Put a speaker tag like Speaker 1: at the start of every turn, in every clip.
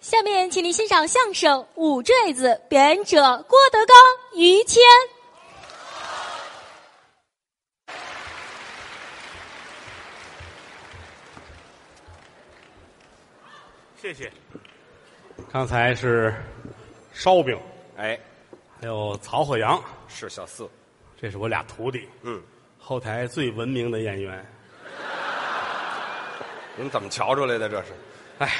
Speaker 1: 下面，请您欣赏相声《五坠子》，表演者郭德纲、于谦。
Speaker 2: 谢谢。
Speaker 3: 刚才是烧饼，
Speaker 2: 哎，
Speaker 3: 还有曹鹤阳，
Speaker 2: 是小四，
Speaker 3: 这是我俩徒弟，
Speaker 2: 嗯，
Speaker 3: 后台最文明的演员。
Speaker 2: 你们怎么瞧出来的？这是，
Speaker 3: 哎，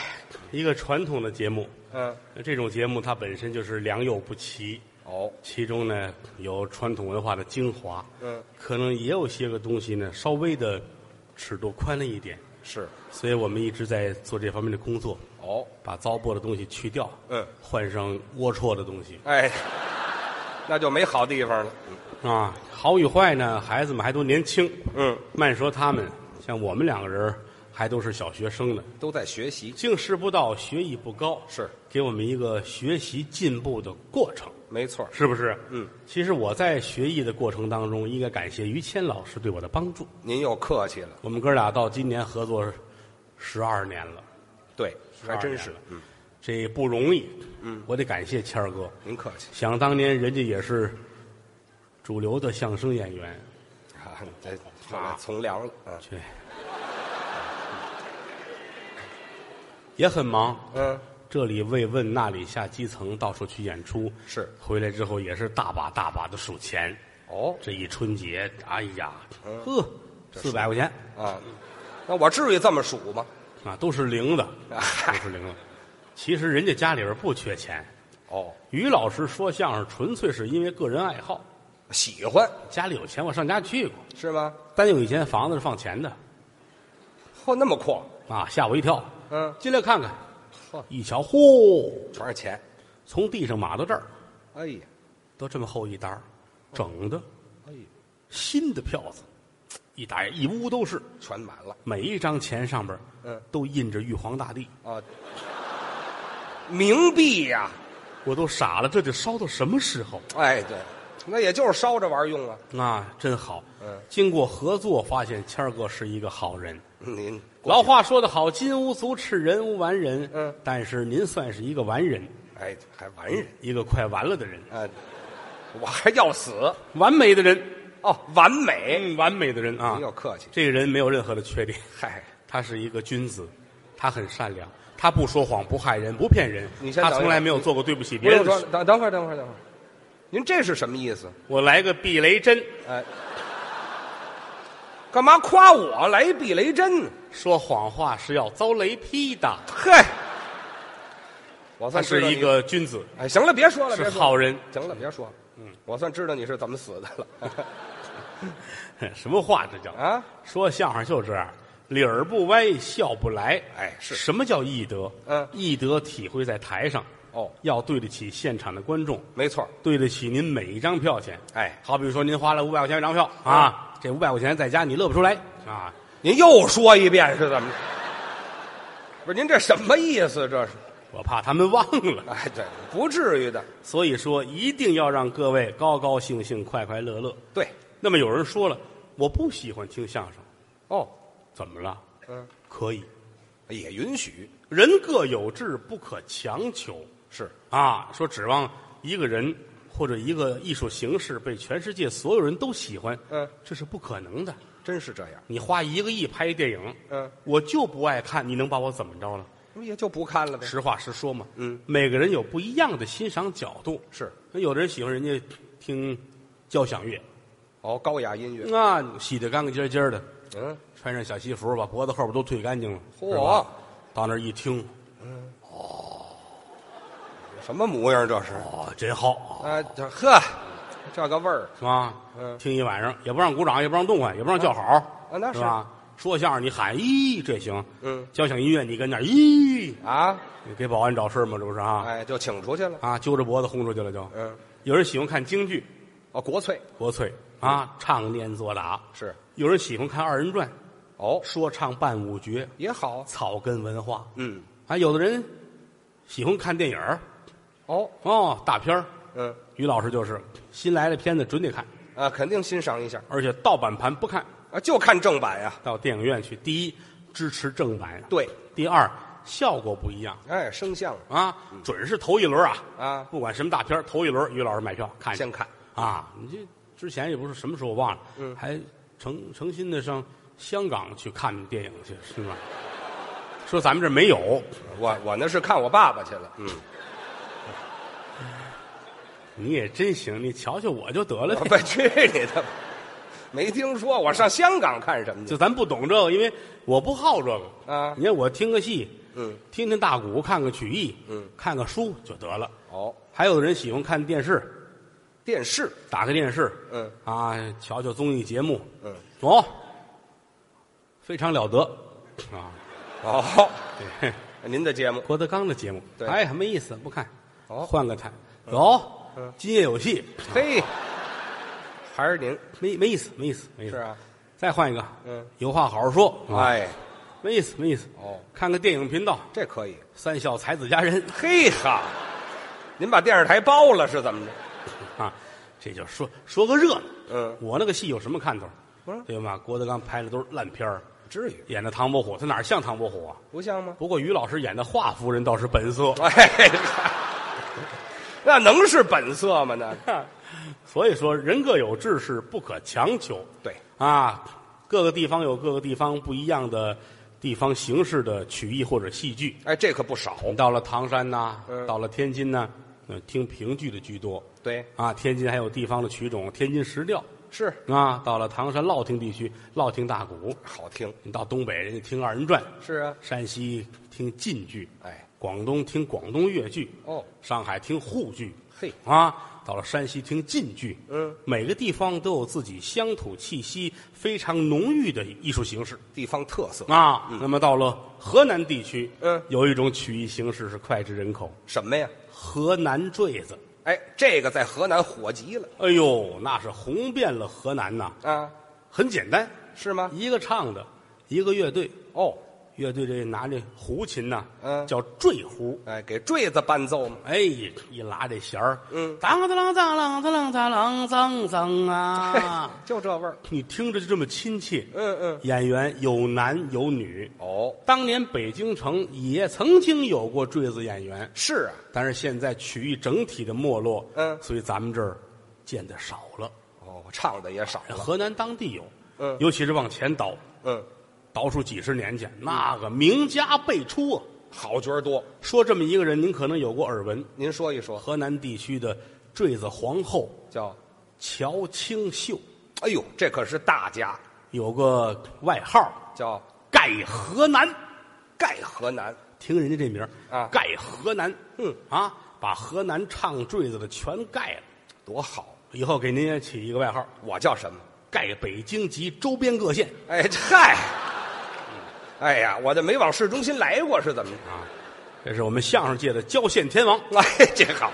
Speaker 3: 一个传统的节目，
Speaker 2: 嗯，
Speaker 3: 这种节目它本身就是良莠不齐，
Speaker 2: 哦，
Speaker 3: 其中呢有传统文化的精华，
Speaker 2: 嗯，
Speaker 3: 可能也有些个东西呢稍微的尺度宽了一点，
Speaker 2: 是，
Speaker 3: 所以我们一直在做这方面的工作，
Speaker 2: 哦，
Speaker 3: 把糟粕的东西去掉，
Speaker 2: 嗯
Speaker 3: 换上龌龊的东西
Speaker 2: 哎，那就没好地方了。
Speaker 3: 啊。好与坏呢，孩子们还都年轻，
Speaker 2: 嗯，
Speaker 3: 慢说他们，像我们两个人还都是小学生呢，
Speaker 2: 都在学习，
Speaker 3: 经世不道，学艺不高，
Speaker 2: 是
Speaker 3: 给我们一个学习进步的过程，
Speaker 2: 没错。
Speaker 3: 是不是？
Speaker 2: 嗯，
Speaker 3: 其实我在学艺的过程当中，应该感谢于谦老师对我的帮助。
Speaker 2: 您又客气了，
Speaker 3: 我们哥俩到今年合作十二年了，
Speaker 2: 对，还真是嗯
Speaker 3: 12年了，这不容易。嗯，我得感谢谦儿哥。
Speaker 2: 您客气
Speaker 3: 想当年，人家也是主流的相声演员，
Speaker 2: 啊，这后来从良了，嗯
Speaker 3: 对，也很忙。
Speaker 2: 嗯，
Speaker 3: 这里慰问，那里下基层，到处去演出。
Speaker 2: 是
Speaker 3: 回来之后也是大把大把的数钱。
Speaker 2: 哦，
Speaker 3: 这一春节，哎呀，呵，四百块钱
Speaker 2: 啊，那我至于这么数吗？
Speaker 3: 啊，都是零的，
Speaker 2: 啊
Speaker 3: 都是零的。其实人家家里边不缺钱，
Speaker 2: 哦，
Speaker 3: 于老师说相声纯粹是因为个人爱好，
Speaker 2: 喜欢
Speaker 3: 家里有钱我上家去过。
Speaker 2: 是吗？
Speaker 3: 单有一间房子是放钱的
Speaker 2: 嚯，那么阔，
Speaker 3: 啊，吓我一跳，
Speaker 2: 嗯，
Speaker 3: 进来看看
Speaker 2: 嚯，
Speaker 3: 一瞧，嚯，
Speaker 2: 全是钱，
Speaker 3: 从地上码到这儿，
Speaker 2: 哎呀，
Speaker 3: 都这么厚一沓儿，整的
Speaker 2: 哎呀，
Speaker 3: 新的票子，一打一屋都是，
Speaker 2: 全满了
Speaker 3: 每一张钱上边，
Speaker 2: 嗯，
Speaker 3: 都印着玉皇大帝，
Speaker 2: 啊，冥币呀、
Speaker 3: 我都傻了，这得烧到什么时候
Speaker 2: 哎，对，那也就是烧着玩儿用啊。
Speaker 3: 啊？真好，
Speaker 2: 嗯，
Speaker 3: 经过合作，发现谦儿哥是一个好人。
Speaker 2: 您
Speaker 3: 老，话说得好，金无足赤，人无完人。
Speaker 2: 嗯，
Speaker 3: 但是您算是一个完人，
Speaker 2: 哎，还完人
Speaker 3: 一个快完了的人，
Speaker 2: 啊、我还要死
Speaker 3: 完美的人，
Speaker 2: 哦，完美，哎
Speaker 3: 嗯，完美的人啊
Speaker 2: 您。要客气，
Speaker 3: 这个人没有任何的缺点，
Speaker 2: 嗨，
Speaker 3: 他是一个君子，他很善良，他不说谎，不害人，不骗人
Speaker 2: 你。先
Speaker 3: 他
Speaker 2: 等一会儿
Speaker 3: 从来没有做过对不起
Speaker 2: 不
Speaker 3: 别
Speaker 2: 用
Speaker 3: 人的
Speaker 2: 说
Speaker 3: 事。，
Speaker 2: 等等会儿，等会儿，等会儿，您这是什么意思？
Speaker 3: 我来个避雷针，
Speaker 2: 哎，干嘛夸我来避雷针呢？
Speaker 3: 说谎话是要遭雷劈的。
Speaker 2: 嘿，我
Speaker 3: 他
Speaker 2: 算知
Speaker 3: 是
Speaker 2: 道
Speaker 3: 一
Speaker 2: 你，
Speaker 3: 个君子，
Speaker 2: 哎，行了，别说了，
Speaker 3: 是
Speaker 2: 别说了
Speaker 3: 好人，
Speaker 2: 行了，别说了，嗯，我算知道你是怎么死的 了
Speaker 3: 什么话这叫？
Speaker 2: 啊。
Speaker 3: 说相声就这样，理儿不歪，笑不来。
Speaker 2: 哎是
Speaker 3: 什么叫艺德？
Speaker 2: 嗯
Speaker 3: 艺德体会在台上，
Speaker 2: 哦，
Speaker 3: 要对得起现场的观众，
Speaker 2: 没错儿，
Speaker 3: 对得起您每一张票钱。
Speaker 2: 哎
Speaker 3: 好比说您花了五百块钱一张票
Speaker 2: 嗯
Speaker 3: 啊，这五百块钱在家你乐不出来啊，
Speaker 2: 您又说一遍是怎么着？不是您这什么意思？这是？
Speaker 3: 我怕他们忘了。
Speaker 2: 哎，对，不至于的。
Speaker 3: 所以说，一定要让各位高高兴兴、快快乐乐。
Speaker 2: 对，
Speaker 3: 那么有人说了，我不喜欢听相声，
Speaker 2: 哦，
Speaker 3: 怎么了？
Speaker 2: 嗯，
Speaker 3: 可以，
Speaker 2: 也允许
Speaker 3: 人各有志，不可强求。
Speaker 2: 是
Speaker 3: 啊，说指望一个人或者一个艺术形式被全世界所有人都喜欢，
Speaker 2: 嗯，
Speaker 3: 这是不可能的。
Speaker 2: 真是这样。
Speaker 3: 你花一个亿拍一电影，
Speaker 2: 嗯，
Speaker 3: 我就不爱看，你能把我怎么着了？
Speaker 2: 那也就不看了呗。
Speaker 3: 实话实说嘛，
Speaker 2: 嗯，
Speaker 3: 每个人有不一样的欣赏角度，
Speaker 2: 是，
Speaker 3: 有的人喜欢人家听交响乐，
Speaker 2: 哦，高雅音乐。
Speaker 3: 啊，洗得干干净净的，
Speaker 2: 嗯，
Speaker 3: 穿上小西服，把脖子后边都褪干净了，
Speaker 2: 嚯
Speaker 3: 是吧到那儿一听，
Speaker 2: 什么模样这是？
Speaker 3: 哦，真好
Speaker 2: 啊，这呵，这个味儿
Speaker 3: 啊！
Speaker 2: 嗯
Speaker 3: 听一晚上也不让鼓掌，也不让动换，也不让叫好，
Speaker 2: 啊那是
Speaker 3: 吧？说相声你喊咦这行，
Speaker 2: 嗯
Speaker 3: 交响音乐你跟那儿咦，
Speaker 2: 啊，
Speaker 3: 你给保安找事吗？这不是啊？
Speaker 2: 哎，就请出去了。
Speaker 3: 啊，揪着脖子轰出去了就。
Speaker 2: 嗯，
Speaker 3: 有人喜欢看京剧、
Speaker 2: 哦，国粹
Speaker 3: 国粹啊，唱念做打；
Speaker 2: 是，
Speaker 3: 有人喜欢看二人转，
Speaker 2: 哦，
Speaker 3: 说唱伴舞绝，
Speaker 2: 也好。
Speaker 3: 草根文化
Speaker 2: 嗯，
Speaker 3: 啊。有的人喜欢看电影儿
Speaker 2: 哦，
Speaker 3: 哦，大片儿。
Speaker 2: 嗯，
Speaker 3: 于老师就是新来的片子准得看，
Speaker 2: 啊，肯定欣赏一下
Speaker 3: 而且盗版盘不看。
Speaker 2: 啊，就看正版呀。
Speaker 3: 到电影院去，第一支持正版，
Speaker 2: 对，
Speaker 3: 第二效果不一样
Speaker 2: 哎，生像
Speaker 3: 啊，准是头一轮啊，
Speaker 2: 啊，
Speaker 3: 不管什么大片儿头一轮于老师买票看去
Speaker 2: 先看
Speaker 3: 啊，你这之前也不是什么时候我忘了，还诚诚心的上香港去看电影去是吧？说咱们这儿没有，
Speaker 2: 我我那是看我爸爸去了，嗯，
Speaker 3: 你也真行，你瞧瞧我就得了
Speaker 2: 我
Speaker 3: 呗。
Speaker 2: 不去你的吧，没听说我上香港看什么去
Speaker 3: 就咱不懂这个，因为我不好这个
Speaker 2: 啊
Speaker 3: 你看我听个戏，
Speaker 2: 嗯，
Speaker 3: 听听大鼓，看个曲艺，
Speaker 2: 嗯，
Speaker 3: 看个书就得了。
Speaker 2: 哦，
Speaker 3: 还有的人喜欢看电视，
Speaker 2: 电视，
Speaker 3: 打开电视，
Speaker 2: 嗯
Speaker 3: 啊，瞧瞧综艺节目，
Speaker 2: 嗯，
Speaker 3: 哦，非常了得 啊！
Speaker 2: 哦，
Speaker 3: 对，
Speaker 2: 您的节目
Speaker 3: 郭德纲的节目，
Speaker 2: 对
Speaker 3: 哎，没意思，不看，
Speaker 2: 哦嗯
Speaker 3: 换个台。有，今夜有戏，
Speaker 2: 嘿，还是您
Speaker 3: 没没意思，没意思，没意思。
Speaker 2: 是啊，
Speaker 3: 再换一个，
Speaker 2: 嗯，
Speaker 3: 有话好好说。啊，
Speaker 2: 哎，
Speaker 3: 没意思，没意思。
Speaker 2: 哦，
Speaker 3: 看个电影频道，
Speaker 2: 这可以，
Speaker 3: 三笑才子佳人
Speaker 2: 嘿哈，您把电视台包了是怎么着？
Speaker 3: 啊，这就说说个热闹。
Speaker 2: 嗯
Speaker 3: 我那个戏有什么看头
Speaker 2: 不是？
Speaker 3: 对吗？郭德纲拍的都是烂片儿
Speaker 2: 至于
Speaker 3: 演的唐伯虎，他哪儿像唐伯虎啊？
Speaker 2: 不像吗？
Speaker 3: 不过于老师演的华夫人倒是本色，
Speaker 2: 哎，那能是本色吗？那
Speaker 3: 所以说人各有志是不可强求。
Speaker 2: 对，
Speaker 3: 啊，各个地方有各个地方不一样的地方形式的曲艺或者戏剧。
Speaker 2: 哎，这可不少，
Speaker 3: 你到了唐山呐、
Speaker 2: 嗯
Speaker 3: 到了天津呐、嗯、听评剧的居多。
Speaker 2: 对，
Speaker 3: 啊，天津还有地方的曲种，天津石调
Speaker 2: 是
Speaker 3: 啊。到了唐山乐亭地区，乐亭大鼓。
Speaker 2: 好听，
Speaker 3: 你到东北，人家听二人转；
Speaker 2: 是啊，
Speaker 3: 山西听晋剧，
Speaker 2: 哎，
Speaker 3: 广东听广东粤剧，
Speaker 2: 哦，
Speaker 3: 上海听沪剧，
Speaker 2: 嘿，
Speaker 3: 啊，到了山西听晋剧，
Speaker 2: 嗯，
Speaker 3: 每个地方都有自己乡土气息非常浓郁的艺术形式
Speaker 2: 地方特色
Speaker 3: 啊。那么到了河南地区，
Speaker 2: 嗯
Speaker 3: 有一种曲艺形式是脍炙人口，
Speaker 2: 什么呀？
Speaker 3: 河南坠子。
Speaker 2: 哎，这个在河南火极了
Speaker 3: 哎呦，那是红遍了河南呐！
Speaker 2: 啊，
Speaker 3: 很简单，
Speaker 2: 是吗？
Speaker 3: 一个唱的，一个乐队，
Speaker 2: 哦，
Speaker 3: 乐队这拿这胡琴呐，
Speaker 2: 嗯
Speaker 3: 叫坠胡。
Speaker 2: 哎，给坠子伴奏嘛，
Speaker 3: 哎，一拉这弦儿，
Speaker 2: 嗯
Speaker 3: 当当啷当啷当啷当啷当当啊！
Speaker 2: 就这味儿，
Speaker 3: 你听着就这么亲切。
Speaker 2: 嗯嗯，
Speaker 3: 演员有男有女。
Speaker 2: 哦，
Speaker 3: 当年北京城也曾经有过坠子演员，
Speaker 2: 是啊，
Speaker 3: 但是现在曲艺整体的没落，
Speaker 2: 嗯
Speaker 3: 所以咱们这儿见的少了。
Speaker 2: 哦，唱的也少了，
Speaker 3: 河南当地有，
Speaker 2: 嗯
Speaker 3: 尤其是往前倒，
Speaker 2: 嗯，
Speaker 3: 倒数几十年去，那个名家辈出啊。
Speaker 2: 好角儿多，
Speaker 3: 说这么一个人，您可能有过耳闻，
Speaker 2: 您说一说，
Speaker 3: 河南地区的坠子皇后
Speaker 2: 叫，
Speaker 3: 乔清秀，
Speaker 2: 哎呦，这可是大家，
Speaker 3: 有个外号
Speaker 2: 叫
Speaker 3: “盖河南
Speaker 2: 盖河南，”，
Speaker 3: 听人家这名儿
Speaker 2: 啊
Speaker 3: 盖河南，嗯啊，把河南唱坠子的全盖了。
Speaker 2: 多好，
Speaker 3: 以后给您也起一个外号
Speaker 2: 我叫什么？
Speaker 3: “盖北京及周边各县
Speaker 2: 哎，嗨，哎呀，我这没往市中心来过是怎么着？”
Speaker 3: 啊，这是我们相声界的郊县天王。
Speaker 2: 哎，这好，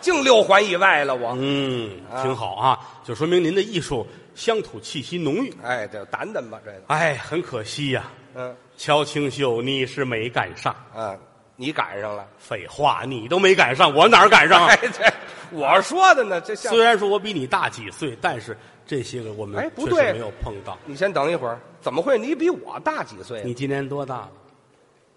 Speaker 2: 净六环以外了我。
Speaker 3: 嗯，挺好啊，就说明您的艺术乡土气息浓郁。
Speaker 2: 哎，这等等吧，这个，
Speaker 3: 哎，很可惜呀、
Speaker 2: 嗯
Speaker 3: 乔清秀，你是没赶上。
Speaker 2: 啊，你赶上了。
Speaker 3: 废话，你都没赶上，我哪儿赶上啊
Speaker 2: 哎，？这我说的呢，这像
Speaker 3: 虽然说我比你大几岁，但是这些个我们
Speaker 2: 哎不
Speaker 3: 确
Speaker 2: 对
Speaker 3: 实没有碰到。
Speaker 2: 你先等一会儿，怎么会？你比我大几岁啊？
Speaker 3: 你今年多大了？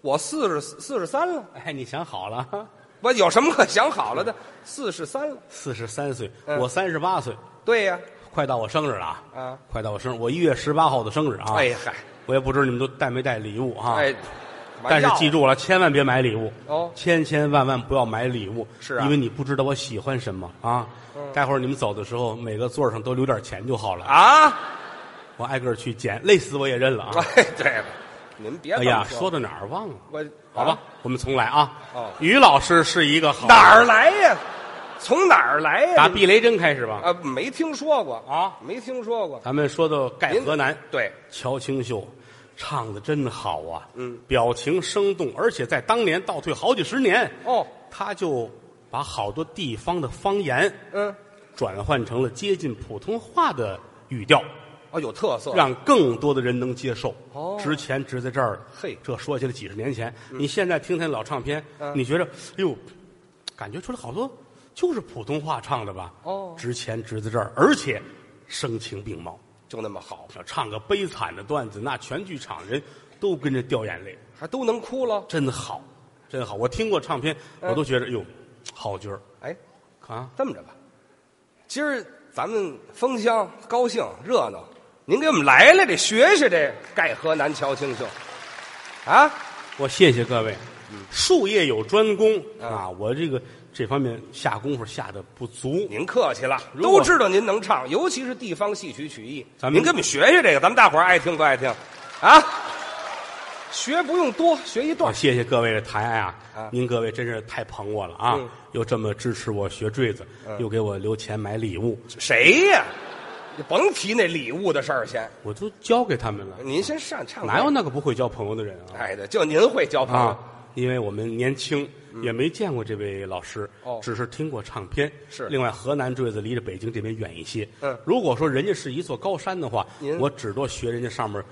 Speaker 2: 我四十四十三了，
Speaker 3: 哎，你想好了，
Speaker 2: 我有什么可想好了的？四十三了，
Speaker 3: 四十三岁，
Speaker 2: 嗯
Speaker 3: 我三十八岁，
Speaker 2: 对呀、
Speaker 3: 快到我生日了啊！
Speaker 2: 啊
Speaker 3: 快到我生日，我一月十八号的生日啊！
Speaker 2: 哎呀嗨，
Speaker 3: 我也不知道你们都带没带礼物啊！
Speaker 2: 哎，
Speaker 3: 但是记
Speaker 2: 住
Speaker 3: 住了，千万别买礼物
Speaker 2: 哦
Speaker 3: 千千万万不要买礼物，
Speaker 2: 是啊嗯
Speaker 3: 因为你不知道我喜欢什么啊。待会儿你们走的时候，每个座儿上都留点钱就好了。
Speaker 2: 啊！
Speaker 3: 我挨个儿去捡，累死我也认了啊！
Speaker 2: 哎，对了，您别
Speaker 3: 哎呀，
Speaker 2: 甭
Speaker 3: 说到哪儿忘了，
Speaker 2: 我
Speaker 3: 好吧，我们重来啊。
Speaker 2: 哦
Speaker 3: 于老师是一个好
Speaker 2: 啊哪儿？来呀？从哪儿来呀？
Speaker 3: 打避雷针开始吧。
Speaker 2: 啊，没听说过
Speaker 3: 啊，
Speaker 2: 没听说过。
Speaker 3: 咱们说到盖
Speaker 2: 您
Speaker 3: 河南，
Speaker 2: 对，
Speaker 3: 乔清秀唱的真好啊，
Speaker 2: 嗯，
Speaker 3: 表情生动，而且在当年倒退好几十年，
Speaker 2: 哦，
Speaker 3: 他就把好多地方的方言
Speaker 2: 嗯，
Speaker 3: 转换成了接近普通话的语调，
Speaker 2: 哦，有特色，
Speaker 3: 让更多的人能接受。
Speaker 2: 哦
Speaker 3: 值钱值在这儿了。
Speaker 2: 嘿
Speaker 3: 这说起来几十年前，你现在听听老唱片，
Speaker 2: 嗯
Speaker 3: 你觉着，哎呦，感觉出来好多就是普通话唱的吧？
Speaker 2: 哦
Speaker 3: 值钱值在这儿，而且声情并茂。
Speaker 2: 就那么好，
Speaker 3: 要唱个悲惨的段子，那全剧场人都跟着掉眼泪。
Speaker 2: 还都能哭了。
Speaker 3: 真好，真好。我听过唱片，
Speaker 2: 嗯
Speaker 3: 我都觉着哟，好角儿
Speaker 2: 哎，
Speaker 3: 啊！
Speaker 2: 这么着吧，今儿咱们封箱高兴热闹，您给我们来来得学学这盖河南桥清秀，啊，
Speaker 3: 我谢谢各位。术业有专攻
Speaker 2: 嗯
Speaker 3: 啊，我这个这方面下功夫下的不足。
Speaker 2: 您客气了，
Speaker 3: 如果
Speaker 2: 都知道您能唱，尤其是地方戏曲曲艺，
Speaker 3: 咱们
Speaker 2: 您给我们学学这个，咱们大伙儿爱听不爱听，啊，学不用多，学一段
Speaker 3: 我，啊谢谢各位的抬爱啊
Speaker 2: 啊！
Speaker 3: 您各位真是太捧我了啊
Speaker 2: 嗯！
Speaker 3: 又这么支持我学坠子，又给我留钱买礼物，
Speaker 2: 谁呀、你甭提那礼物的事儿先，
Speaker 3: 我都交给他们了。
Speaker 2: 您先上唱歌，
Speaker 3: 哪有那个不会交朋友的人啊？
Speaker 2: 哎的，就您会交朋友，
Speaker 3: 啊，因为我们年轻，也没见过这位老师，
Speaker 2: 哦
Speaker 3: 只是听过唱片。
Speaker 2: 是
Speaker 3: 另外，河南坠子离着北京这边远一些。
Speaker 2: 嗯
Speaker 3: 如果说人家是一座高山的话
Speaker 2: 您，
Speaker 3: 我只多学人家上面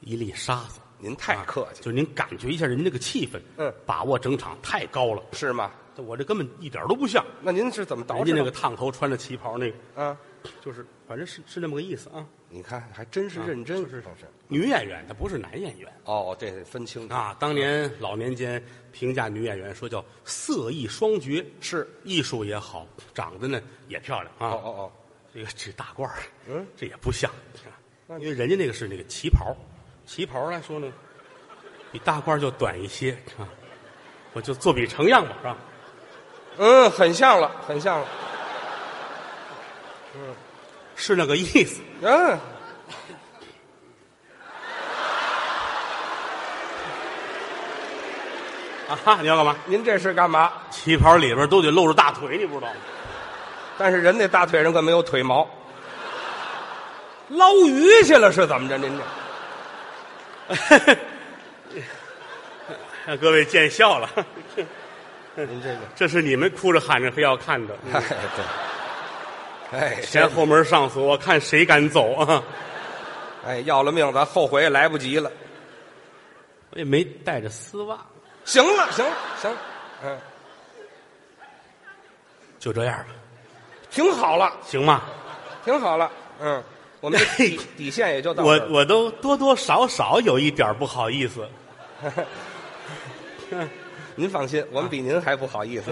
Speaker 3: 一粒沙子。
Speaker 2: 您太
Speaker 3: 啊
Speaker 2: 客气了，
Speaker 3: 就是您感觉一下人家这个气氛，
Speaker 2: 嗯，
Speaker 3: 把握整场太高了，
Speaker 2: 是吗？
Speaker 3: 我这根本一点都不像。
Speaker 2: 那您是怎么捯
Speaker 3: 人
Speaker 2: 饬
Speaker 3: 家
Speaker 2: 的？
Speaker 3: 那个烫头穿着旗袍那个，
Speaker 2: 啊，
Speaker 3: 就是反正是是那么个意思啊。
Speaker 2: 你看还真是认真，啊是是是。
Speaker 3: 女演员她不是男演员
Speaker 2: 哦，这得分清楚。
Speaker 3: 啊。当年老年间评价女演员说叫色艺双绝，
Speaker 2: 是
Speaker 3: 艺术也好，长得呢也漂亮啊。
Speaker 2: 哦哦哦，
Speaker 3: 这个这大褂儿，
Speaker 2: 嗯，
Speaker 3: 这也不像，
Speaker 2: 那
Speaker 3: 因为人家那个是那个旗袍，旗袍来说呢，比大褂儿就短一些啊。我就作比成样吧，是吧？
Speaker 2: 嗯，很像了，很像了。
Speaker 3: 是那个意思。
Speaker 2: 嗯，
Speaker 3: 啊哈，你要干嘛？
Speaker 2: 您这是干嘛？
Speaker 3: 旗袍里边都得露着大腿，你不知道吗？
Speaker 2: 但是人那大腿上可没有腿毛，捞鱼去了是怎么着？您这
Speaker 3: 让各位见笑了。
Speaker 2: 您这个，
Speaker 3: 这是你们哭着喊着非要看的，
Speaker 2: 哎对， 哎
Speaker 3: 前
Speaker 2: 这
Speaker 3: 后门上锁，我看谁敢走啊！
Speaker 2: 哎要了命，咱后悔也来不及了。
Speaker 3: 我也没带着丝袜，
Speaker 2: 行了，行了，行了，嗯，
Speaker 3: 就这样吧，
Speaker 2: 挺好了，
Speaker 3: 行吗？
Speaker 2: 挺好了，嗯，我 们这底底线也就到这
Speaker 3: 我
Speaker 2: 儿了
Speaker 3: 我都多多少少有一点不好意 思，
Speaker 2: 您放心，我们比您还不好意 思。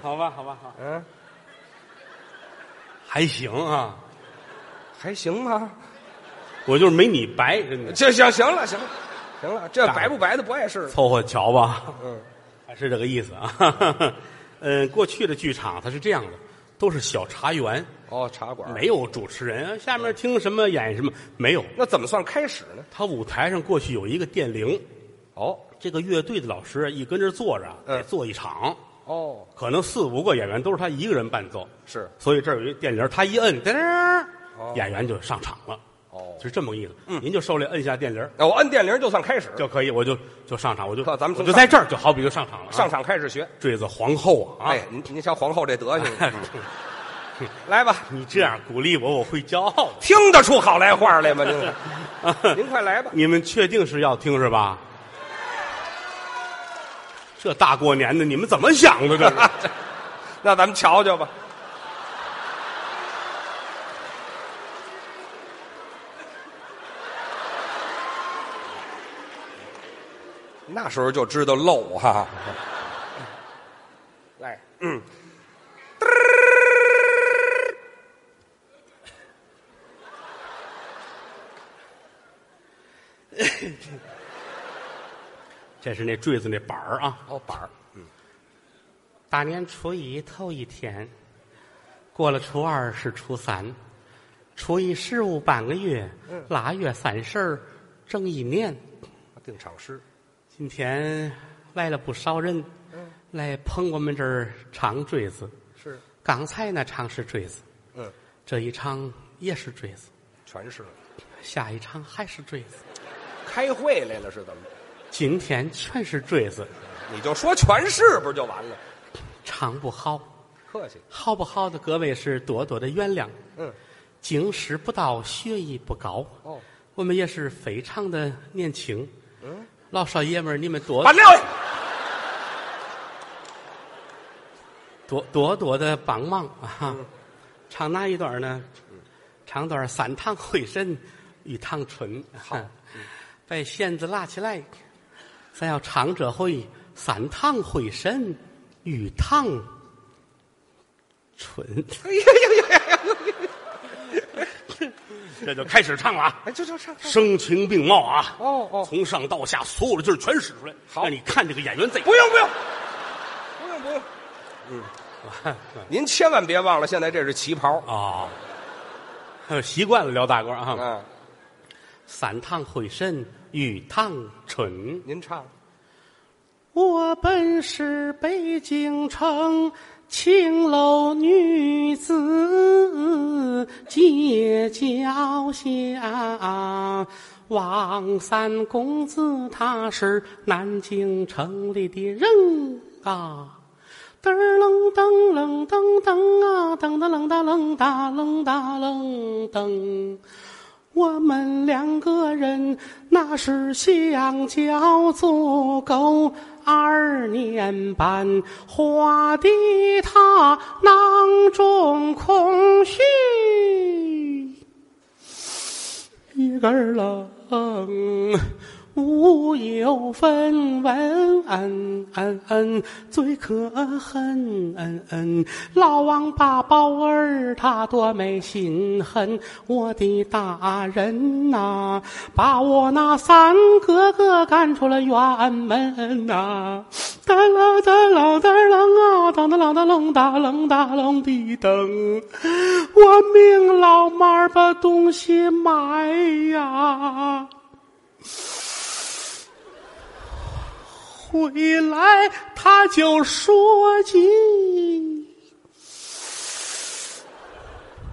Speaker 3: 好吧，好吧，好，
Speaker 2: 嗯，
Speaker 3: 还行啊，
Speaker 2: 还行吧。
Speaker 3: 我就是没你白，真的，
Speaker 2: 这行行了，行了，行了，这白不白的不碍事了。
Speaker 3: 凑合瞧吧。
Speaker 2: 嗯，
Speaker 3: 还是这个意思啊。 嗯，过去的剧场它是这样的，都是小茶园，
Speaker 2: 哦，茶馆
Speaker 3: 没有主持人，下面听什么演什么，没有。
Speaker 2: 那怎么算开始呢？
Speaker 3: 它舞台上过去有一个电铃，
Speaker 2: 哦
Speaker 3: 这个乐队的老师一跟这儿坐着，
Speaker 2: 嗯
Speaker 3: 得做一场，
Speaker 2: 哦，
Speaker 3: 可能四五个演员都是他一个人伴奏，
Speaker 2: 是
Speaker 3: 所以这儿有一电铃，他一摁，噔儿
Speaker 2: 哦，
Speaker 3: 演员就上场了，
Speaker 2: 哦，
Speaker 3: 是这么个意思。您就受累摁下电铃
Speaker 2: 那我摁电铃就算开始，
Speaker 3: 就可以，我就就上场，我就
Speaker 2: 呵咱们
Speaker 3: 我
Speaker 2: 从
Speaker 3: 就在这儿，就好比就上场了啊。
Speaker 2: 上场开始学。
Speaker 3: 坠子皇后啊，
Speaker 2: 哎，您您瞧皇后这德 行，嗯来吧，
Speaker 3: 你这样鼓励我，我会骄傲的。
Speaker 2: 听得出好来话来吗？您您快来 吧。
Speaker 3: 你们确定是要听是吧？这大过年的，你们怎么想的？这
Speaker 2: 啊
Speaker 3: 是
Speaker 2: 那咱们瞧瞧吧。那时候就知道漏哈。来，嗯，
Speaker 3: 这是那坠子那板儿啊。
Speaker 2: 哦，板儿，
Speaker 3: 大年初一头一天，过了初二是初三，初一十五半个月，
Speaker 2: 嗯
Speaker 3: 腊月三十儿整一年。
Speaker 2: 定场诗。
Speaker 3: 今天来了不少人，来捧我们这儿唱坠子。
Speaker 2: 是，
Speaker 3: 刚才那场是坠子，
Speaker 2: 嗯，
Speaker 3: 这一场也是坠子，
Speaker 2: 全是。
Speaker 3: 下一场还是坠子，
Speaker 2: 开会来了是怎么着？
Speaker 3: 今天全是坠子，
Speaker 2: 你就说全是，不是就完了？
Speaker 3: 唱不好，
Speaker 2: 客气。
Speaker 3: 好不好的各位是多多的原谅。
Speaker 2: 嗯，
Speaker 3: 经师不到，学艺不高。
Speaker 2: 哦，
Speaker 3: 我们也是非常的年轻。嗯，老少爷们儿，你们多
Speaker 2: 把撂下。
Speaker 3: 多多多的帮忙啊！
Speaker 2: 嗯
Speaker 3: 唱哪一段呢？唱段《三堂会审》《玉堂春》。好，啊被线子拉起来，咱要长者会散烫会身，雨烫唇，
Speaker 2: 哎呀呀呀呀呀！
Speaker 3: 这就开始唱了啊！
Speaker 2: 哎，就就唱唱，
Speaker 3: 声情并茂啊！
Speaker 2: 哦哦
Speaker 3: 从上到下，所有的劲儿全使出来，
Speaker 2: 好
Speaker 3: 让你看这个演员贼。
Speaker 2: 不用不用，不用不用。 嗯，您千万别忘了，现在这是旗袍。
Speaker 3: 啊，还有呃习惯了撩大褂啊。
Speaker 2: 嗯，
Speaker 3: 散烫会身，雨烫唇。
Speaker 2: 您唱。
Speaker 3: 我本是北京城青楼女子，街角巷。王三公子他是南京城里的人啊。噔儿楞噔楞噔噔啊，噔噔楞哒楞哒楞哒楞噔。我们两个人那是相交足够二年半，画的他囊中空虚，一个儿冷，无有分文，嗯嗯嗯，最可恨，嗯嗯，老王八包儿他多没心狠，我的大人呐、把我那三哥哥赶出了院门呐、哒啦哒啦哒啦啊，当当啷当啷哒啷哒啷的噔，我命老妈儿把东西买呀。回来他就说起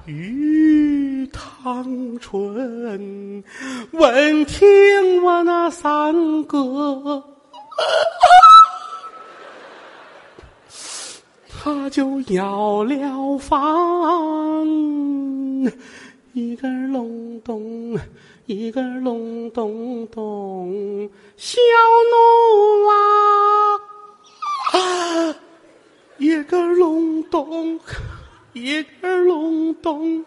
Speaker 3: 鱼汤醇，闻听我那三哥，他就要了房，一根隆咚，一根隆咚咚，小奴啊。一个隆咚，一个隆咚，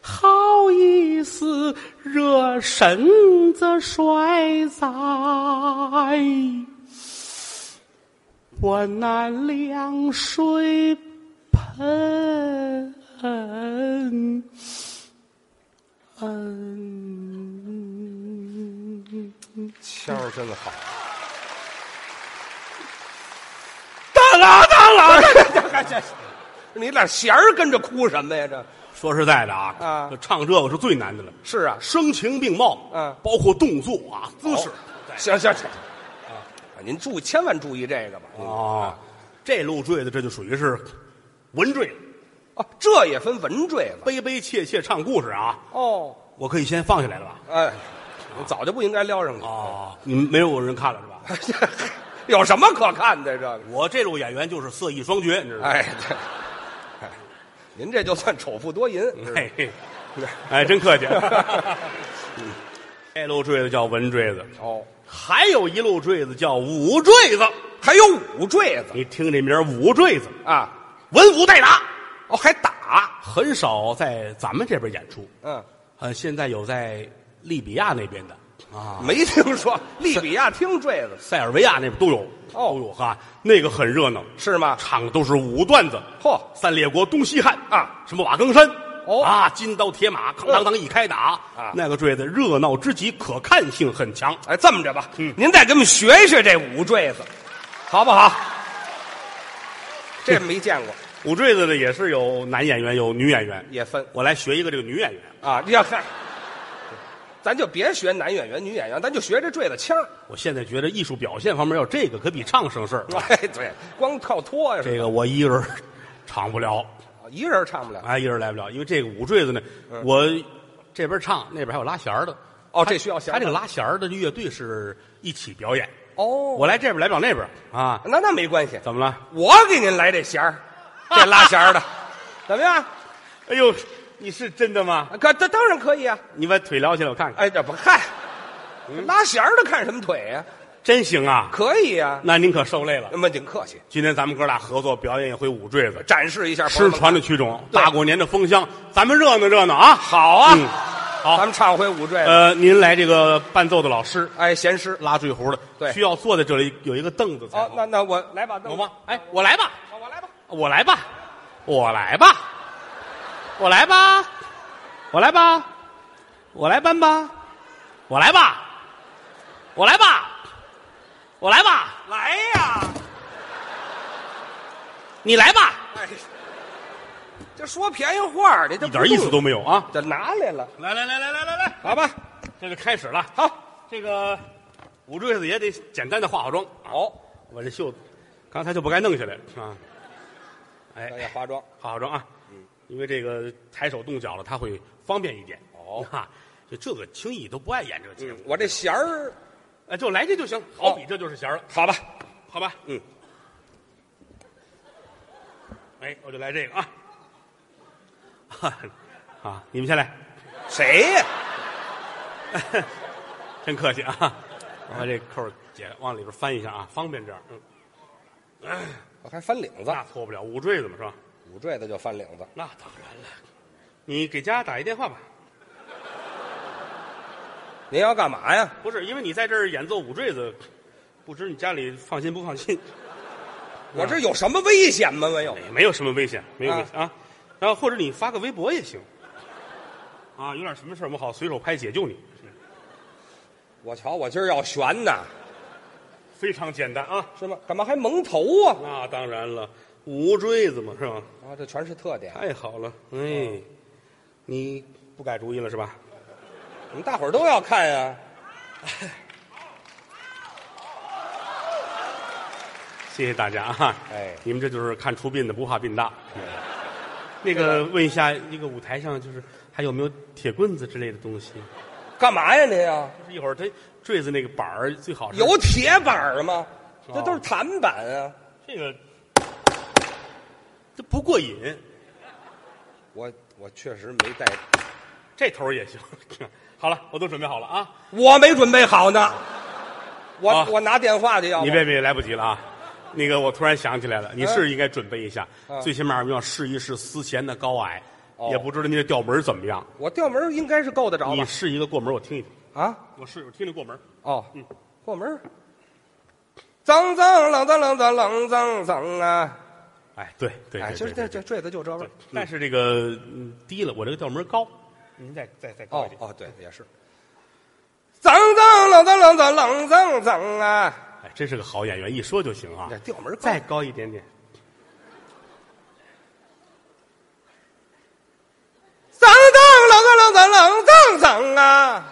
Speaker 3: 好意思惹身子摔栽。我那凉水盆，嗯。
Speaker 2: 腔儿真好，
Speaker 3: 大啦大啦！
Speaker 2: 你俩弦儿跟着哭什么呀？这
Speaker 3: 说实在的啊，
Speaker 2: 啊
Speaker 3: 这唱这个是最难的了，
Speaker 2: 是啊，
Speaker 3: 声情并茂，
Speaker 2: 嗯
Speaker 3: 包括动作啊、姿势
Speaker 2: 好，行行行，啊，您注意千万注意这个吧。嗯
Speaker 3: 啊，这路坠子这就属于是文坠，
Speaker 2: 哦，这也分文坠了。
Speaker 3: 悲悲切切唱故事啊。
Speaker 2: 哦，
Speaker 3: 我可以先放下来了吧？
Speaker 2: 哎，我早就不应该撩上去。
Speaker 3: 啊，你们没有人看了是吧？
Speaker 2: 有什么可看的这个？
Speaker 3: 我这路演员就是色艺双绝，你知道吗？
Speaker 2: 哎，这哎您这就算丑妇多淫。
Speaker 3: 哎，嘿哎，真客气。啊 嗯这路坠子叫文坠子，
Speaker 2: 哦，
Speaker 3: 还有一路坠子叫武坠子。
Speaker 2: 还有五坠子
Speaker 3: 你听这名儿武坠子，
Speaker 2: 啊！
Speaker 3: 文武带打，
Speaker 2: 哦，还打。
Speaker 3: 很少在咱们这边演出。
Speaker 2: 嗯，
Speaker 3: 呃，现在有在利比亚那边的啊，
Speaker 2: 没听说利比亚听坠子
Speaker 3: 塞尔维亚那边都有，
Speaker 2: 哦
Speaker 3: 都有哈，那个很热闹，
Speaker 2: 是吗？
Speaker 3: 唱的都是武段子。
Speaker 2: 嚯，
Speaker 3: 三列国东西汉
Speaker 2: 啊，
Speaker 3: 什么瓦岗山
Speaker 2: 哦
Speaker 3: 啊，金刀铁马，哐当当一开打
Speaker 2: 啊
Speaker 3: 那个坠子热闹之极，可看性很强。
Speaker 2: 哎，这么着吧，
Speaker 3: 嗯
Speaker 2: 您再给我们学学这五坠子，好不好？这没见过，
Speaker 3: 武坠子呢也是有男演员有女演员，
Speaker 2: 也分
Speaker 3: 我来学一个这个女演员，
Speaker 2: 啊！你要看，咱就别学男演员、女演员，咱就学这坠子腔儿。
Speaker 3: 我现在觉得艺术表现方面要这个可比唱省事儿
Speaker 2: 哎，对，光靠拖呀，
Speaker 3: 这个我一个人 唱不了，
Speaker 2: 一人唱不了。
Speaker 3: 啊，一人来不了，因为这个舞坠子呢，
Speaker 2: 嗯
Speaker 3: 我这边唱，那边还有拉弦儿的。
Speaker 2: 哦
Speaker 3: 他
Speaker 2: 这需要弦
Speaker 3: 他
Speaker 2: 儿
Speaker 3: 这个拉弦儿的乐队是一起表演，
Speaker 2: 哦，
Speaker 3: 我来这边来不了那边啊。
Speaker 2: 那那没关系，
Speaker 3: 怎么了？
Speaker 2: 我给您来这弦儿，这拉弦儿的，怎么样？
Speaker 3: 哎呦，你是真的吗？
Speaker 2: 可这当然可以啊！
Speaker 3: 你把腿撩起来我看看，
Speaker 2: 哎，这不嗨，拉弦儿的看什么腿呀、
Speaker 3: 真行啊！
Speaker 2: 可以呀、
Speaker 3: 那您可受累了
Speaker 2: 那。么您客气，
Speaker 3: 今天咱们哥俩合作表演一回舞坠子，
Speaker 2: 展示一下朋友
Speaker 3: 失
Speaker 2: 们
Speaker 3: 传的曲种，
Speaker 2: 对
Speaker 3: 大过年的风箱，咱们热闹热闹啊！
Speaker 2: 好啊，
Speaker 3: 嗯
Speaker 2: 咱们唱回五坠子，
Speaker 4: 呃，您来这个伴奏的老师，
Speaker 2: 哎，闲诗。
Speaker 4: 拉坠胡的，
Speaker 2: 对
Speaker 4: 需要坐在这里有一个凳子才
Speaker 2: 哦，那那我来吧，那
Speaker 4: 好吗？哎，我来吧，
Speaker 2: 好我来吧。
Speaker 4: 我来吧，我来吧，我来吧，我来吧，我来搬吧，我来吧，我来吧，我来吧，
Speaker 2: 来呀！
Speaker 4: 你来吧，
Speaker 2: 哎，这说便宜话儿的，这
Speaker 4: 一点意思
Speaker 2: 不
Speaker 4: 都没有啊！
Speaker 2: 动，这拿来了，
Speaker 4: 来来来来来来来，
Speaker 2: 好吧？
Speaker 4: 这就开始了。
Speaker 2: 好，
Speaker 4: 这个五坠子也得简单的化化妆。
Speaker 2: 好，
Speaker 4: 我这袖子刚才就不该弄下来啊！哎
Speaker 2: 大，家化妆。
Speaker 4: 化化妆啊，因为这个抬手动脚了，他会方便一点。
Speaker 2: 哦
Speaker 4: 哈，就这个轻易都不爱演这个节目，
Speaker 2: 我这弦儿，
Speaker 4: 哎，就来这就行，嗯好比这就是弦儿了，
Speaker 2: 好吧？
Speaker 4: 好吧？
Speaker 2: 嗯，
Speaker 4: 哎，我就来这个啊， 啊，你们先来，
Speaker 2: 谁呀？
Speaker 4: 真客气啊，我把这扣儿解往里边翻一下啊，方便这样，嗯，
Speaker 2: 我还翻领子，
Speaker 4: 那错不了，五坠子嘛是吧？
Speaker 2: 五坠子就翻领子。
Speaker 4: 那当然了，你给家打一电话吧，
Speaker 2: 您要干嘛呀？
Speaker 4: 不是因为你在这儿演奏五坠子，不知你家里放心不放心，
Speaker 2: 我这有什么危险吗？没有。
Speaker 4: 也哎没有什么危险，没有危险啊。然后或者你发个微博也行，啊，有点什么事儿我们好随手拍解救你，
Speaker 2: 我瞧我今儿要悬呐，
Speaker 4: 非常简单啊。
Speaker 2: 是吗？干嘛还蒙头啊？
Speaker 4: 那当然了，五坠子嘛是吧？
Speaker 2: 啊，这全是特点。
Speaker 4: 太好了，哎，
Speaker 2: 嗯
Speaker 4: 你不改主意了是吧？
Speaker 2: 你们大伙儿都要看啊呀。
Speaker 4: 谢谢大家啊！
Speaker 2: 哎嗯
Speaker 4: 你们这就是看出殡的不怕殡大。那个问一下，一个舞台上就是还有没有铁棍子之类的东西？
Speaker 2: 干嘛呀您呀？
Speaker 4: 就是一会儿他坠子那个板儿最好是
Speaker 2: 有铁板儿吗？
Speaker 4: 哦
Speaker 2: 这都是弹板啊！
Speaker 4: 这个，这不过瘾，
Speaker 2: 我我确实没带，
Speaker 4: 这头儿也行。 好了，我都准备好了啊！
Speaker 2: 我没准备好呢。我、
Speaker 4: 啊
Speaker 2: 我拿电话去要不
Speaker 4: 你别别来不及了啊！那个，我突然想起来了，你是应该准备一下，
Speaker 2: 嗯
Speaker 4: 最起码我们要试一试丝弦的高矮，
Speaker 2: 哦
Speaker 4: 也不知道你这调门儿怎么样。
Speaker 2: 我调门儿应该是够得着
Speaker 4: 你
Speaker 2: 吧？
Speaker 4: 试一个过门儿，我听一听。
Speaker 2: 啊，
Speaker 4: 我试，我听听过门儿。
Speaker 2: 哦，过门儿，脏脏啷脏啷脏啷脏脏啊！
Speaker 4: 哎，对对
Speaker 2: 哎，
Speaker 4: 对
Speaker 2: 就
Speaker 4: 对
Speaker 2: 是这
Speaker 4: 对
Speaker 2: 这坠子就这味儿
Speaker 4: 对。但是这个嗯低了，我这个调门儿高，您再再再高一
Speaker 2: 哦
Speaker 4: 点。
Speaker 2: 哦，对，也是。脏脏啷脏啷脏啷脏脏啊！
Speaker 4: 哎，真是个好演员，一说就行啊
Speaker 2: 这。调门儿高
Speaker 4: 再高一点点，
Speaker 2: 脏脏啷脏啷脏啷脏脏啊！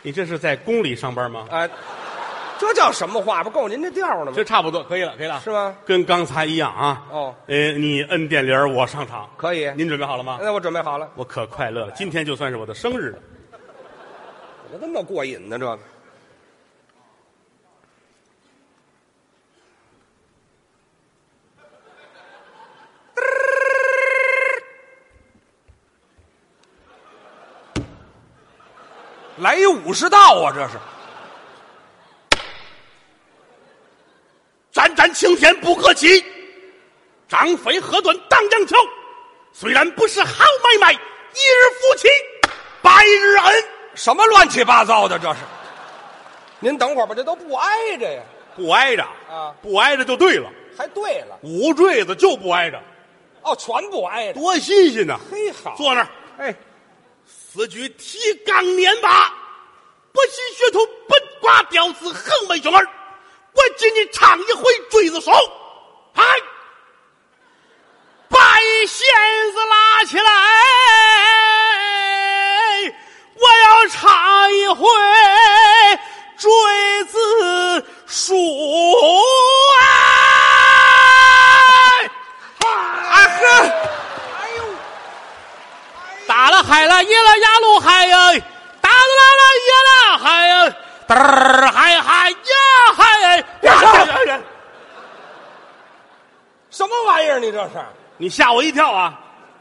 Speaker 4: 你这是在宫里上班吗？
Speaker 2: 啊，这叫什么话？不够您这调儿了吗
Speaker 4: 这？差不多可以了，可以了，
Speaker 2: 是吗？
Speaker 4: 跟刚才一样啊。
Speaker 2: 哦
Speaker 4: 呃，你摁电铃儿，我上场。
Speaker 2: 可以
Speaker 4: 您准备好了吗？
Speaker 2: 那我准备好了，
Speaker 4: 我可快乐了，今天就算是我的生日了。
Speaker 2: 怎么这么过瘾呢？这个来一武士道啊，这是
Speaker 3: 斩斩青田不可及，张飞何端荡漾桥。虽然不是好买卖，一日夫妻百日恩。
Speaker 2: 什么乱七八糟的？这是，您等会儿吧，这都不挨着呀，
Speaker 4: 不挨着
Speaker 2: 啊
Speaker 4: 不挨着就对了。
Speaker 2: 还对了，
Speaker 4: 五坠子就不挨着，
Speaker 2: 哦，全不挨着，
Speaker 4: 多新鲜呐！
Speaker 2: 嘿好，
Speaker 3: 坐那儿，
Speaker 2: 哎，
Speaker 3: 此举提纲撵法，不惜血统，本瓜吊死横眉熊耳。我今你唱一回坠子手，哎嗨，把弦子拉起来，我要唱一回坠子书啊哎。
Speaker 2: 啊呵，
Speaker 3: 打了海了，耶了呀路海呀，打了啦啦耶了海呀，嘚儿海海呀海呀，
Speaker 2: 别唱
Speaker 3: 呀呀呀
Speaker 2: 什么玩意儿？你这是？
Speaker 3: 你吓我一跳啊！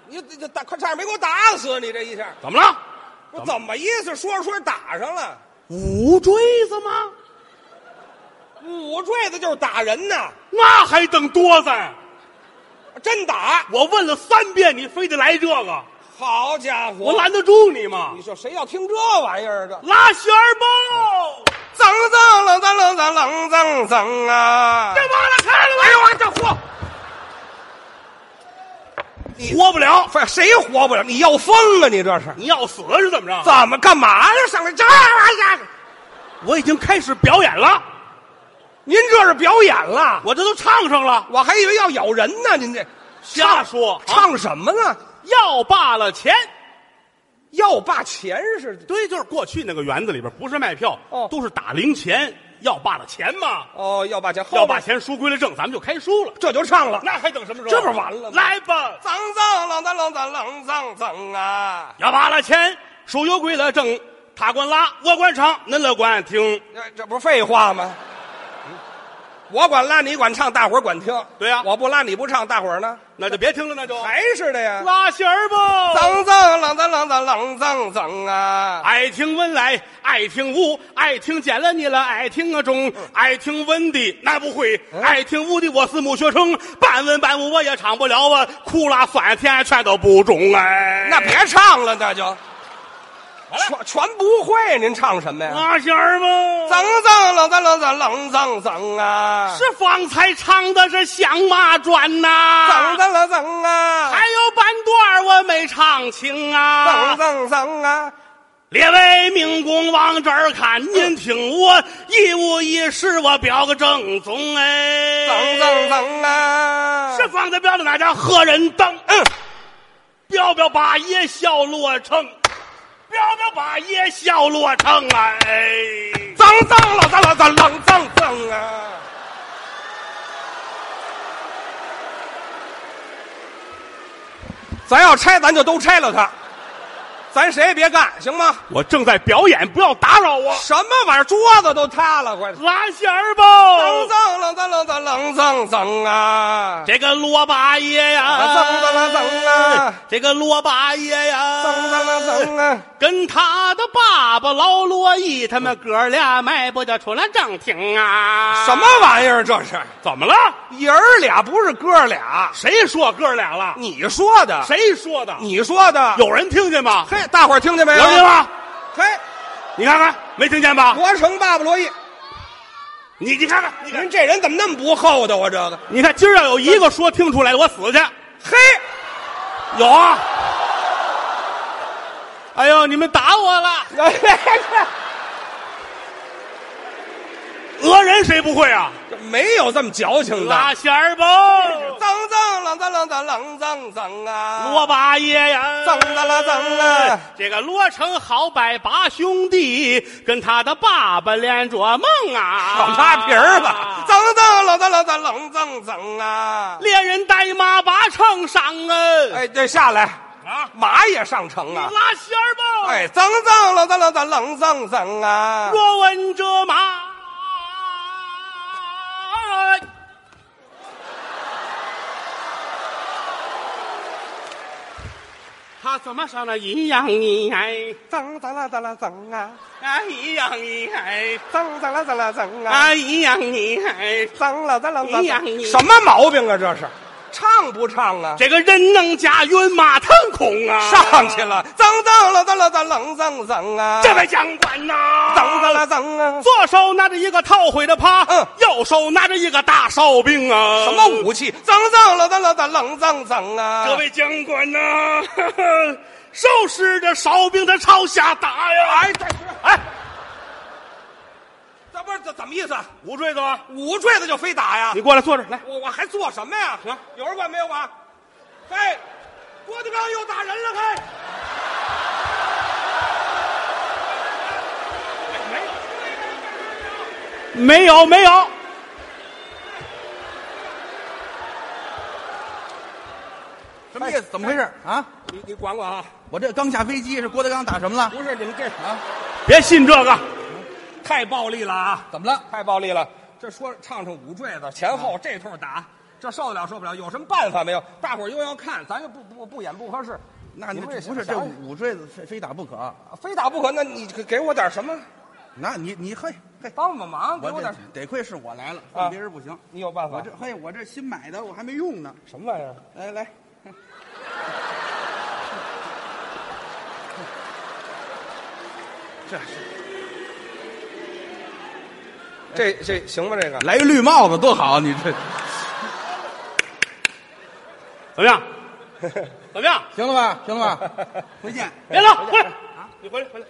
Speaker 2: 你这这打快差点没给我打死啊你这一下，
Speaker 3: 怎么了？
Speaker 2: 我怎么意思？说着说着打上了，
Speaker 3: 五锥子吗？
Speaker 2: 五坠子就是打人呐！
Speaker 3: 那还等多子？
Speaker 2: 真打。
Speaker 4: 我问了三遍，你非得来这个，
Speaker 2: 好家伙，
Speaker 4: 我拦得住你吗
Speaker 2: 你？说谁要听这玩意儿的？
Speaker 4: 拉弦儿吧，
Speaker 2: 脏脏了，脏了，脏脏脏脏啊！
Speaker 4: 这完了，开了吧！哎呦，我这活
Speaker 2: 你
Speaker 4: 活不了，
Speaker 2: 反谁活不了？你要疯啊！你这是
Speaker 4: 你要死了是怎么着？
Speaker 2: 怎么干嘛呀？上来这玩意儿，
Speaker 4: 我已经开始表演了，
Speaker 2: 您这是表演了？
Speaker 4: 我这都唱上了，
Speaker 2: 我还以为要咬人呢！您这
Speaker 4: 瞎说啊
Speaker 2: 唱什么呢？
Speaker 4: 要罢了钱。
Speaker 2: 要霸钱是
Speaker 4: 对，就是过去那个园子里边不是卖票，
Speaker 2: 哦
Speaker 4: 都是打零钱，要罢了钱嘛，
Speaker 2: 哦，要霸钱，
Speaker 4: 要把钱赎归了正，咱们就开书了。
Speaker 2: 这就唱了。
Speaker 4: 那还等什么时候？啊
Speaker 2: 这不是完了吗
Speaker 4: 来吧，
Speaker 2: 脏脏了，脏脏脏脏脏啊！
Speaker 4: 要罢了钱，书有归了正，他管拉，我管唱，恁乐管听。
Speaker 2: 这这不是废话吗？嗯我管拉，你管唱，大伙儿管听。
Speaker 4: 对呀
Speaker 2: 我不拉你不唱，大伙儿呢？
Speaker 4: 那就别听了，那就
Speaker 2: 还是的呀。
Speaker 4: 拉弦儿吧。
Speaker 2: 脏脏啷脏啷脏啷脏脏啊！
Speaker 4: 爱听文来，爱听武，爱听见了你了，爱听啊中，爱听文的那不会，爱听武的我是母学生，半文半武我也唱不了啊，苦辣酸甜全都不中哎。
Speaker 2: 那别唱了，那就全全不会，您唱什么呀？
Speaker 4: 拉弦儿吗？
Speaker 2: 脏脏啷脏啷脏啷脏脏啊！
Speaker 4: 是方才唱的是响马转呐、
Speaker 2: 脏脏了脏啊
Speaker 4: 还！有半段儿我没唱清啊
Speaker 2: 脏。脏脏啊！
Speaker 4: 列位民工往这儿看，您听我一五一十我表个正宗哎。
Speaker 2: 脏脏脏啊！
Speaker 4: 是方才表的哪家何人登？嗯，表表八爷笑落成，表表八爷笑落成哎。
Speaker 2: 脏脏了脏了脏啷脏脏啊！咱要拆，咱就都拆了它，咱谁也别干，行吗？
Speaker 4: 我正在表演，不要打扰我。
Speaker 2: 什么玩意儿？桌子都塌了，快！
Speaker 4: 拉弦儿吧。
Speaker 2: 啷脏啷脏啷脏啷脏脏啊！
Speaker 4: 这个罗八爷呀，
Speaker 2: 啊脏脏了脏啊！
Speaker 4: 这个罗八爷呀，
Speaker 2: 脏脏了脏啊！
Speaker 4: 跟他的爸爸老罗伊他们哥俩迈步就出来正厅啊。
Speaker 2: 什么？玩意儿？这是
Speaker 4: 怎么了？
Speaker 2: 爷儿俩不是哥俩，嗯啊
Speaker 4: 谁说哥俩了？
Speaker 2: 你说的，
Speaker 4: 谁说的？
Speaker 2: 你说的，
Speaker 4: 有人听见吗？
Speaker 2: 嘿，大伙儿听见没有
Speaker 4: 有？听吗？
Speaker 2: 嘿，
Speaker 4: 你看看，没听见吧？
Speaker 2: 罗成爸爸罗毅，
Speaker 4: 你你看看，你看
Speaker 2: 您这人怎么那么不厚道啊？这个，
Speaker 4: 你看，今儿要有一个说听出来，我死去。
Speaker 2: 嘿，
Speaker 4: 有啊。哎呦，你们打我了！
Speaker 2: 哎
Speaker 4: 讹人谁不会啊？
Speaker 2: 这没有这么矫情的。
Speaker 4: 拉弦儿吧。
Speaker 2: 脏脏啷脏啷脏啷脏脏啊！
Speaker 4: 罗八爷呀，
Speaker 2: 脏了啦脏了
Speaker 4: 这个罗成好拜把兄弟，跟他的爸爸连着梦啊，
Speaker 2: 少拉皮儿吧！脏脏啷脏啷脏啷脏脏啊！
Speaker 4: 猎人带马把秤上啊，
Speaker 2: 哎，这下来，
Speaker 4: 啊，
Speaker 2: 马也上城
Speaker 4: 你
Speaker 2: 啊！
Speaker 4: 拉弦儿吧，，
Speaker 2: 哎，脏脏了，脏了，脏啷脏脏啊！
Speaker 4: 若问这马。他怎么上了一样一哎，
Speaker 2: 脏脏了，脏了脏啊！
Speaker 4: 哎一样一哎，
Speaker 2: 脏脏了，脏了脏啊！
Speaker 4: 哎一样一哎。
Speaker 2: 脏了，脏了脏
Speaker 4: 哎呀
Speaker 2: 了！
Speaker 4: 你
Speaker 2: 什么毛病啊？这是，唱不唱啊？
Speaker 4: 这个人能驾云，马腾空啊！
Speaker 2: 上去，了，脏脏了，脏了脏啷脏脏啊！
Speaker 4: 这位将官呐、
Speaker 2: 脏脏了脏啊！
Speaker 4: 左手拿着一个套灰的耙，
Speaker 2: 嗯
Speaker 4: 右手拿着一个大哨兵啊！
Speaker 2: 什么？武器？脏脏了，脏了脏啷脏脏啊！
Speaker 4: 这位将官呐、 呵呵手使着哨兵，他朝下打呀！哎，这哎，
Speaker 2: 这不是这怎么意思？
Speaker 4: 五坠子吧，
Speaker 2: 五坠子就非打呀啊
Speaker 4: 你？过来坐这儿来。
Speaker 2: 我我还做什么呀？
Speaker 4: 行
Speaker 2: 有人管没有管？嘿，郭德纲又打人了！嘿，
Speaker 4: 没有，没有。
Speaker 5: 什么意思？怎么回事
Speaker 4: 哎
Speaker 5: 啊？
Speaker 2: 你你管管啊！
Speaker 5: 我这刚下飞机，是郭德纲打什么了？
Speaker 2: 不是你们这
Speaker 4: 别信这个，
Speaker 2: 太暴力了啊啊！
Speaker 5: 怎么了？
Speaker 2: 太暴力了！这说唱唱五坠子，前后这通打，这受得了受不了？有什么办法没有？大伙儿又要看，咱又不不不演不合适。
Speaker 5: 那你
Speaker 2: 们
Speaker 5: 不是这五坠子非非打不可？
Speaker 2: 非打不可？那你给给我点什么？
Speaker 5: 那你你嘿嘿，
Speaker 2: 帮帮忙，给
Speaker 5: 我
Speaker 2: 我
Speaker 5: 这
Speaker 2: 点。
Speaker 5: 得亏是我来了，
Speaker 2: 啊
Speaker 5: 换别人不行。
Speaker 2: 你有办法？
Speaker 5: 我这嘿，我这新买的，我还没用呢。
Speaker 2: 什么玩意儿？
Speaker 5: 来来，
Speaker 2: 这是这这行吗？这个
Speaker 5: 来一绿帽子多好！你这
Speaker 4: 怎么 样？怎么样？
Speaker 5: 行了吧？行了 吧？回见。
Speaker 4: 别了，回来啊！你回来，回来，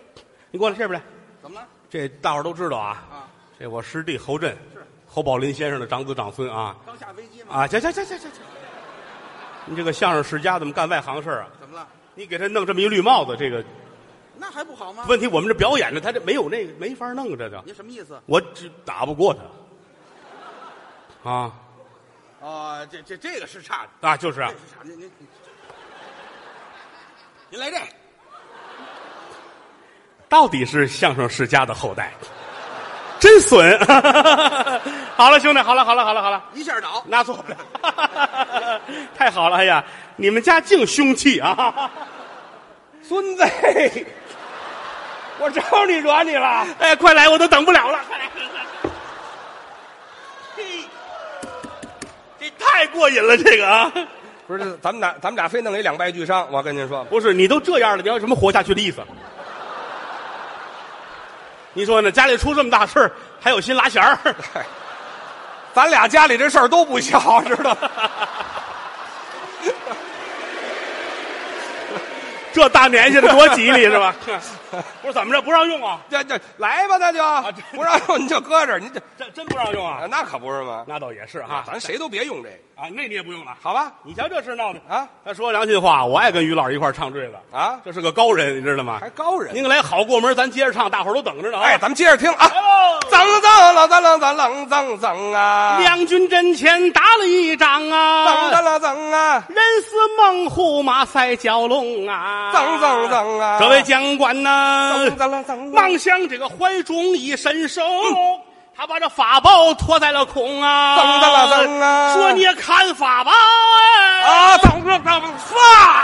Speaker 4: 你过来这边来。
Speaker 5: 怎么了？
Speaker 4: 这大伙儿都知道啊，
Speaker 5: 啊
Speaker 4: 这我师弟侯震是侯宝林先生的长子长孙啊
Speaker 5: 刚下飞机嘛？
Speaker 4: 啊！行行行行行行，你这个相声世家怎么干外行事儿啊？
Speaker 5: 怎么了？
Speaker 4: 你给他弄这么一绿帽子，这个
Speaker 5: 那还不好吗？
Speaker 4: 问题我们这表演呢，他这没有那个没法弄这个，
Speaker 5: 您什么意思？
Speaker 4: 我只打不过他啊
Speaker 5: 哦，这这这个是差的，
Speaker 4: 啊！就是
Speaker 5: 这
Speaker 4: 啊
Speaker 5: 个，是差的。您您您您来这个，
Speaker 4: 到底是相声世家的后代，真损！ 好了，兄弟，好了，好了，好了，好了。
Speaker 5: 一下倒。
Speaker 4: 那错不了， 太好了！哎呀，你们家净凶器啊！
Speaker 2: 孙子，嘿我招你惹你了？
Speaker 4: 哎，快来，我都等不了了，快来！嘿，这太过瘾了，这个啊！
Speaker 2: 不是，咱们俩咱们俩非弄一两败俱伤。我跟您说，
Speaker 4: 不是，你都这样了，你还有什么活下去的意思？你说呢？家里出这么大事儿，还有心拉弦儿？
Speaker 2: 咱俩家里这事儿都不小，知道 吗？
Speaker 4: 这大年纪的多吉利 是吧？不是怎么着不让用啊？
Speaker 2: 这这来吧，那就
Speaker 4: 这
Speaker 2: 不让用你就搁这儿，你这
Speaker 4: 真真不让用啊？
Speaker 2: 那可不是嘛。
Speaker 4: 那倒也是
Speaker 2: 啊
Speaker 4: 哈，，
Speaker 2: 咱谁都别用这个，
Speaker 4: 啊，那你也不用了。
Speaker 2: 好吧？
Speaker 4: 你瞧这事闹的
Speaker 2: 啊！
Speaker 4: 他说良心话，我爱跟于老师一块儿唱坠子
Speaker 2: 啊
Speaker 4: 这是个高人，你知道吗？
Speaker 2: 还高人。
Speaker 4: 您来好过门，咱接着唱，大伙儿都等着呢啊！
Speaker 2: 哎，咱们接着听啊
Speaker 4: 来。喽！
Speaker 2: 脏脏了，脏了，脏了，脏脏啊！
Speaker 4: 两军阵前打了一仗
Speaker 2: 脏的
Speaker 4: 啊，
Speaker 2: 了，脏啊！
Speaker 4: 人似猛虎，马赛蛟龙啊，
Speaker 2: 脏脏脏啊
Speaker 4: 这位将官呐，
Speaker 2: 脏的了，脏啊了。
Speaker 4: 忙向这个怀中一伸手。
Speaker 2: 嗯
Speaker 4: 他把这法宝托在了空啊！
Speaker 2: 脏的了脏啊啊
Speaker 4: 说你看法宝哎！
Speaker 2: 啊，脏脏脏发！